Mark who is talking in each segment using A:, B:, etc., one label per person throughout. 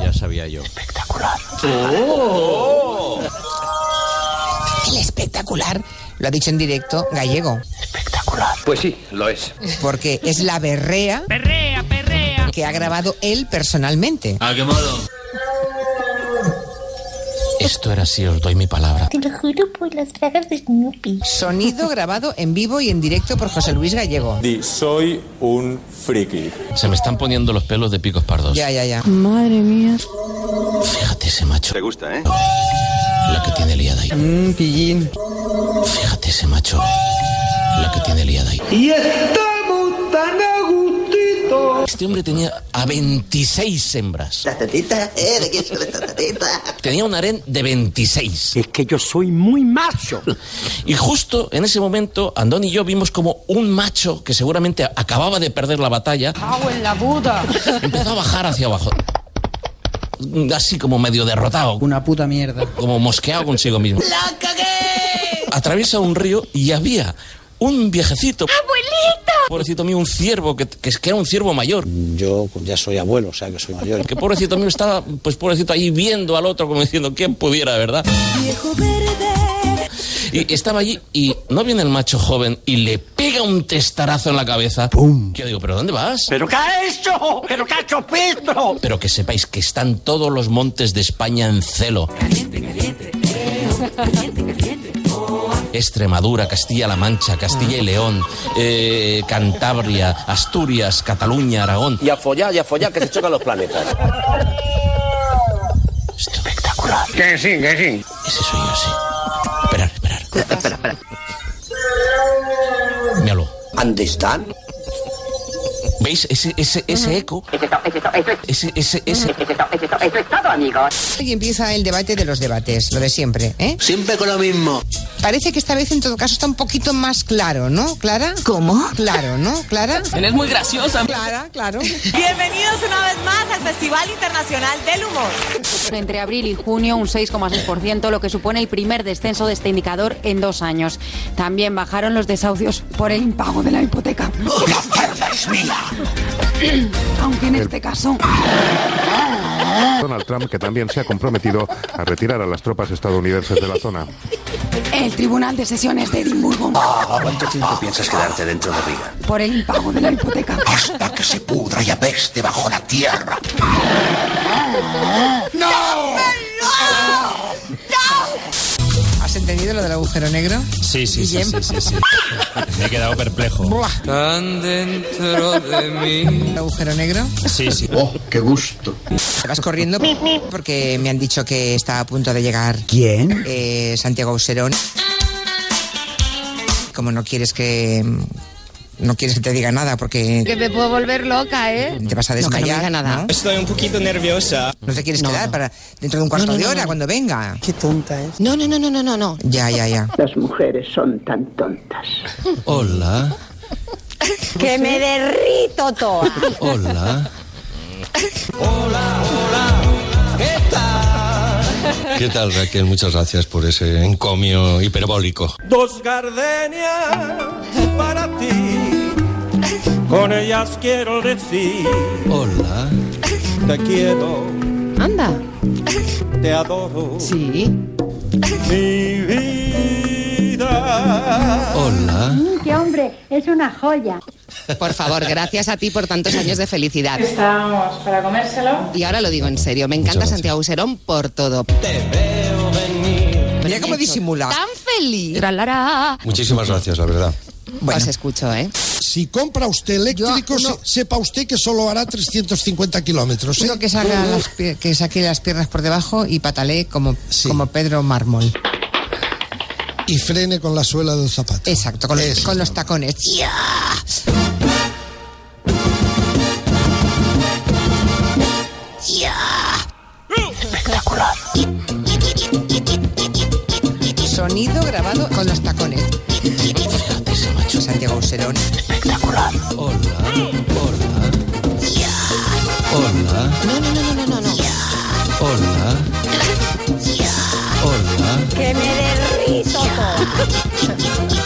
A: Ya sabía yo.
B: El espectacular lo ha dicho en directo Gallego,
C: Pues sí, lo es.
B: porque es la berrea
D: Perrea, perrea.
B: que ha grabado él personalmente.
E: ¿A qué modo?
A: Esto era así, os doy mi palabra.
F: Te lo juro por las bragas de Snoopy.
B: Sonido grabado en vivo y en directo por José Luis Gallego.
G: Di, soy un friki.
A: Se me están poniendo los pelos de picos pardos.
B: Ya, ya, ya.
H: Madre mía.
A: Fíjate ese macho.
C: Te gusta, ¿eh?
A: La que tiene liada ahí.
I: Mm,
B: Mmm, pillín.
A: Fíjate ese macho. La que tiene liada ahí. Y estamos tan a gustito. Este hombre tenía a 26 hembras.
I: Las tetitas, ¿eh? ¿De quién son estas tetitas?
A: Tenía un harén de 26.
I: Es que yo soy muy macho.
A: Y justo en ese momento, Andón y yo vimos como un macho que seguramente acababa de perder la batalla
H: Cago en la puta.
A: empezó a bajar hacia abajo. Así como medio derrotado,
B: Una puta mierda.
A: como mosqueado consigo mismo.
I: ¡La cagué!
A: Atraviesa un río y había un viejecito,
F: ¡Abuelita!
A: pobrecito mío, un ciervo, que, que, que era un ciervo mayor.
I: Yo pues ya soy abuelo, o sea que soy mayor.
A: Que pobrecito mío estaba, pues pobrecito ahí viendo al otro como diciendo, ¿quién pudiera, verdad? Y estaba allí y no viene el macho joven y le pega un testarazo en la cabeza. ¡Pum! Que yo digo, ¿pero dónde vas?
I: ¿Pero qué ha hecho? ¿Pero qué ha hecho Pedro?
A: Pero que sepáis que están todos los montes de España en celo. Extremadura, Castilla-La Mancha, Castilla y León, eh, Cantabria, Asturias, Cataluña, Aragón.
C: Y a follar, y a follar, que se chocan los planetas.
A: Espectacular.
C: Que sí, que sí.
A: Ese soy yo, sí. Esperar, esperar.
I: Eh, Espera, espera.
A: Míralo.
C: ¿Dónde están?
A: ¿Veis? Ese, ese, ese eco. Ese, ese, ese.
B: Y empieza el debate de los debates, lo de siempre, ¿eh?
I: Siempre con lo mismo.
B: Parece que esta vez en todo caso está un poquito más claro, ¿no, Clara?
H: ¿Cómo?
B: Claro, ¿no, Clara?
H: Eres muy graciosa.
B: Clara, claro.
J: Bienvenidos una vez más al Festival Internacional del Humor.
H: Pues Entre abril y junio, un 6,6%, lo que supone el primer descenso de este indicador en dos años. También bajaron los desahucios por el impago de la hipoteca. Aunque en este caso.
K: Donald Trump, que también se ha comprometido a retirar a las tropas estadounidenses de la zona.
H: El Tribunal de Sesiones de Edimburgo
C: ¿Cuánto tiempo piensas quedarte dentro de Riga?
H: por el impago de la hipoteca.
I: Hasta que se pudra y apeste bajo la tierra.
B: ¿Has entendido lo del agujero negro?
E: Sí, sí, sí, sí, sí, sí. Me he quedado perplejo.
B: Buah,
E: Tan dentro de mí.
B: el agujero negro.
E: Sí, sí.
I: Oh, qué gusto.
B: Te vas corriendo porque me han dicho que está a punto de llegar
I: ¿Quién?
B: eh, Santiago Auserón. Como no quieres que no quieres que te diga nada porque
J: Que me puedo volver loca, ¿eh?
B: te vas a desmayar.
H: diga nada.
B: ¿no?
E: Estoy un poquito nerviosa.
B: No te quieres quedar para dentro de un cuarto de hora cuando venga.
H: Qué tonta es. No, no, no, no, no, no, no.
B: Ya, ya, ya.
I: Las mujeres son tan tontas.
E: Hola,
J: Que me derrito toda.
E: hola.
A: ¿Qué tal, Raquel? Muchas gracias por ese encomio hiperbólico.
G: Dos gardenias para ti. Con ellas quiero decir,
E: Hola.
G: te quiero,
H: Anda.
G: te adoro.
H: Sí.
G: Mi vida.
E: Hola.
F: ¡Qué Este hombre! Es una joya.
H: Por favor, gracias a ti por tantos años de felicidad. Estábamos para comérselo. Y ahora lo digo en serio, me encanta Santiago Serón por todo. Pues
B: Mira cómo disimula.
H: Tan feliz. Tra, la, ra.
A: Muchísimas gracias, la verdad.
B: Bueno,
H: Os escucho, ¿eh?
I: Si compra usted eléctrico,
B: Yo, no.
I: se- sepa usted que solo hará 350 kilómetros. ¿eh?
B: uno que, saca las pier- que saque las piernas por debajo y patalee como,
I: Sí.
B: como Pedro Mármol.
I: Y frene con la suela del zapato.
B: Exacto, con los,
I: Eso.
B: con los tacones. ¡Ya! ¡Ya! Sonido grabado con los tacones.
A: Fíjate ese macho.
B: Santiago Userón.
E: Hola. Hola. Hola.
H: No, no, no, no, no, no, no.
E: Hola. Hola.
J: Que me derrito toda.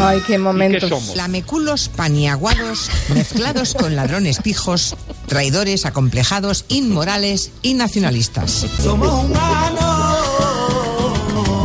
D: Ay, qué momentos.
B: Lameculos paniaguados mezclados con ladrones pijos, traidores acomplejados, inmorales y nacionalistas.
G: Somos humanos.